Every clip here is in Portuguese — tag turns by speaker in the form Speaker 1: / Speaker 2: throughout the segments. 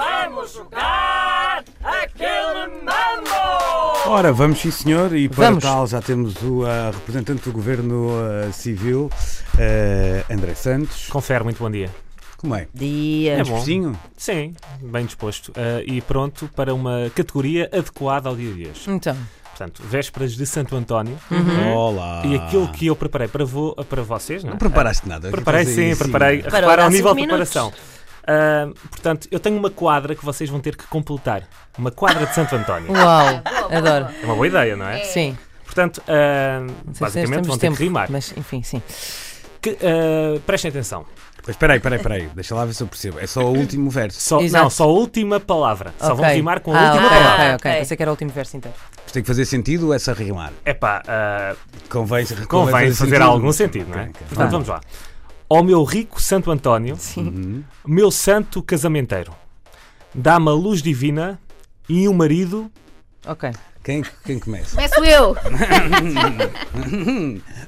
Speaker 1: Vamos jogar aquele mambo!
Speaker 2: Ora, vamos sim senhor, e para
Speaker 3: Vamos.
Speaker 2: tal já temos o ah, representante do governo ah, civil, ah, André Santos.
Speaker 4: Confere, muito bom dia.
Speaker 2: Como é?
Speaker 3: Dia.
Speaker 4: É
Speaker 2: És
Speaker 4: bom.
Speaker 2: vizinho?
Speaker 4: Sim, bem disposto ah, e pronto para uma categoria adequada ao dia de hoje.
Speaker 3: Então,
Speaker 4: Portanto, vésperas de Santo António
Speaker 5: Uhum.
Speaker 2: Olá!
Speaker 4: Hum? e aquilo que eu preparei para, vo, para vocês, não é?
Speaker 2: Não preparaste nada.
Speaker 4: Preparei
Speaker 2: Aqui fazem
Speaker 4: sim,
Speaker 2: assim.
Speaker 4: preparei.
Speaker 3: Preparou,
Speaker 4: Repara
Speaker 3: dá
Speaker 4: ao nível
Speaker 3: cinco
Speaker 4: de
Speaker 3: minutos.
Speaker 4: preparação. Ah, portanto, eu tenho uma quadra que vocês vão ter que completar. Uma quadra de Santo António.
Speaker 3: uau, adoro.
Speaker 4: É uma boa ideia, não é?
Speaker 3: Sim,
Speaker 4: Portanto, ah,
Speaker 3: não sei se
Speaker 4: basicamente
Speaker 3: temos
Speaker 4: vão ter
Speaker 3: tempo,
Speaker 4: que rimar.
Speaker 3: mas enfim, sim.
Speaker 4: Que, ah, prestem atenção.
Speaker 2: Pois, Espera aí, espera aí, espera aí. Deixa lá ver se eu percebo. É só o último verso.
Speaker 4: Só,
Speaker 3: Exato.
Speaker 4: não, só a última palavra. Só vão
Speaker 3: Ok.
Speaker 4: rimar com a
Speaker 3: ah,
Speaker 4: última
Speaker 3: ok,
Speaker 4: palavra.
Speaker 3: ok, ok.
Speaker 1: Ok.
Speaker 3: Pensei que era o último verso então. inteiro.
Speaker 2: Mas Tem que fazer sentido ou é só rimar?
Speaker 4: Epá, ah,
Speaker 2: Convém,
Speaker 4: Convém fazer
Speaker 2: sentido.
Speaker 4: algum sentido, não é?
Speaker 2: Ok, ok.
Speaker 4: Portanto, vamos lá. Ó meu rico Santo António,
Speaker 2: Uhum.
Speaker 4: meu santo casamenteiro, dá-me a luz divina e um marido.
Speaker 3: Ok.
Speaker 2: Quem, quem começa?
Speaker 6: Começo eu.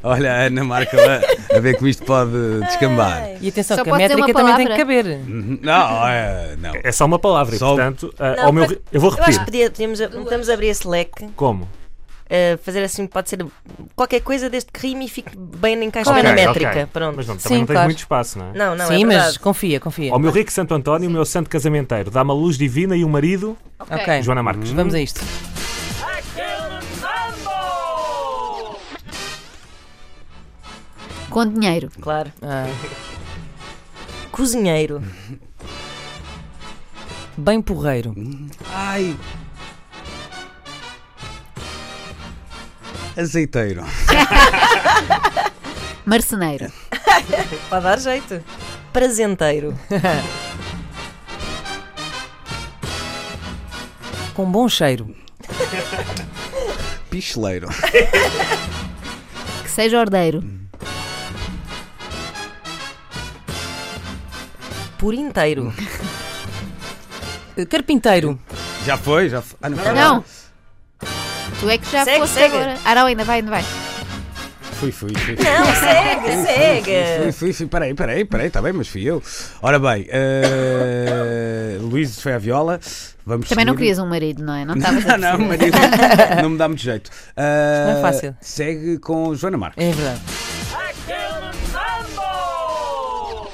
Speaker 2: Olha, a Ana marca lá, a ver como isto pode descambar.
Speaker 3: E atenção,
Speaker 6: Só
Speaker 3: que a
Speaker 6: pode ser uma
Speaker 3: métrica também tem que
Speaker 6: palavra.
Speaker 3: caber.
Speaker 2: Uhum. Não, é, não.
Speaker 4: É só uma palavra, e,
Speaker 2: Só-
Speaker 4: portanto, ah,
Speaker 5: Não,
Speaker 4: ao meu
Speaker 5: mas-
Speaker 4: ri- eu vou
Speaker 5: Eu acho que
Speaker 4: repetir.
Speaker 5: podia- podíamos, não podemos abrir esse leque,
Speaker 4: Como?
Speaker 5: eh, fazer assim, pode ser qualquer coisa desde que rime e fique bem encaixado
Speaker 4: Ok,
Speaker 5: na
Speaker 4: ok.
Speaker 5: métrica. Pronto.
Speaker 4: Mas não, também
Speaker 3: Sim,
Speaker 4: não tens
Speaker 3: claro.
Speaker 4: muito espaço, não é?
Speaker 5: Não, não,
Speaker 3: sim,
Speaker 5: é
Speaker 3: mas
Speaker 5: verdade.
Speaker 3: confia, confia.
Speaker 4: Ao meu rico Santo António, meu santo casamenteiro, dá-me a luz divina e um marido.
Speaker 3: Ok,
Speaker 4: Joana Marques.
Speaker 3: vamos a isto.
Speaker 1: Aquele mambo!
Speaker 6: Com dinheiro.
Speaker 5: Claro.
Speaker 3: Ah,
Speaker 5: Cozinheiro.
Speaker 3: bem porreiro.
Speaker 2: Ai! Azeiteiro.
Speaker 6: Marceneiro.
Speaker 5: Para dar jeito. Presenteiro.
Speaker 3: Com bom cheiro.
Speaker 2: Picheleiro.
Speaker 6: Que seja ordeiro.
Speaker 5: Por inteiro.
Speaker 3: Eh, Carpinteiro.
Speaker 2: Já foi? Já foi. Ah, não.
Speaker 6: Não. Tu é que já
Speaker 5: Segue,
Speaker 6: foste
Speaker 5: segue.
Speaker 6: agora. Ah, não, ainda vai, ainda vai.
Speaker 2: Fui, fui, fui.
Speaker 5: Não, segue,
Speaker 2: Fui,
Speaker 5: segue.
Speaker 2: fui, fui. Peraí, peraí, peraí. Está bem, mas fui eu. Ora bem, eh, Luís foi à viola. Vamos
Speaker 6: Também não
Speaker 2: seguir.
Speaker 6: querias um marido, não é? Não estavas
Speaker 2: Não,
Speaker 6: a
Speaker 2: não,
Speaker 6: perceber.
Speaker 2: Maria, não me dá muito jeito. Eh,
Speaker 3: não é fácil.
Speaker 2: Segue com Joana Marques.
Speaker 3: É verdade.
Speaker 1: Aquele mambo!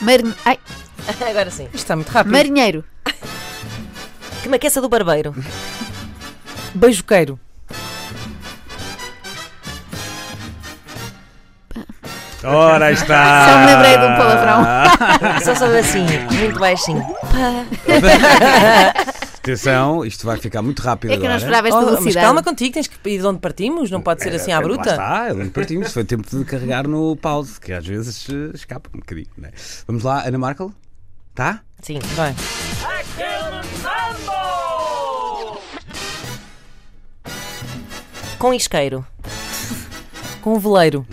Speaker 6: Marin- Ai,
Speaker 5: Agora sim.
Speaker 3: Isto está muito rápido.
Speaker 6: marinheiro.
Speaker 5: Que me aqueça do barbeiro.
Speaker 3: Beijoqueiro.
Speaker 2: Ora, aí está.
Speaker 6: Só me lembrei de um palavrão.
Speaker 5: Só soube assim, muito baixinho.
Speaker 2: Atenção, isto vai ficar muito rápido
Speaker 6: É que eu não
Speaker 2: agora.
Speaker 6: esperava esta
Speaker 3: Oh, mas
Speaker 6: velocidade.
Speaker 3: calma contigo, tens que ir de onde partimos, não pode ser assim à
Speaker 2: Lá
Speaker 3: bruta.
Speaker 2: está, é onde partimos. Foi tempo de carregar no pause, que às vezes eh, escapa um bocadinho. né? Vamos lá, Ana Markel? Tá?
Speaker 5: Sim.
Speaker 3: Vai.
Speaker 1: Aquele mambo!
Speaker 5: Com isqueiro.
Speaker 3: Com um veleiro.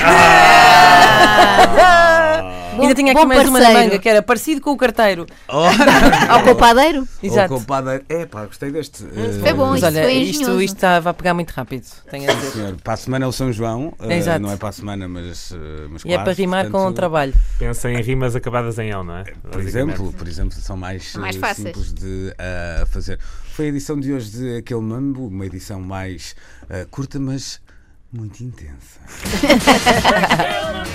Speaker 2: Ah!
Speaker 3: Ainda tinha aqui
Speaker 6: bom
Speaker 3: mais uma na
Speaker 6: parceiro.
Speaker 3: manga que era parecido com o carteiro.
Speaker 2: Ora,
Speaker 6: Ao copadeiro?
Speaker 3: Exato. Hum,
Speaker 2: É, pá, gostei deste.
Speaker 6: foi bom,
Speaker 3: Mas
Speaker 6: Isso
Speaker 3: olha,
Speaker 6: foi
Speaker 3: isto,
Speaker 6: engenhoso.
Speaker 3: isto está, vai pegar muito rápido, tenho a dizer.
Speaker 2: Senhor, para a semana é o São João, eh,
Speaker 3: Exato.
Speaker 2: não é para a semana, mas, eh, mas
Speaker 3: E é para
Speaker 2: quase,
Speaker 3: rimar com o
Speaker 2: portanto,
Speaker 3: trabalho.
Speaker 4: Pensem em rimas acabadas em ão, não é?
Speaker 2: Por exemplo, por exemplo, são mais,
Speaker 6: São mais
Speaker 2: eh,
Speaker 6: fáceis.
Speaker 2: simples de ah, fazer. Foi a edição de hoje de Aquele Mambo, uma edição eh, mais ah, curta, mas muito intensa.
Speaker 1: Aquele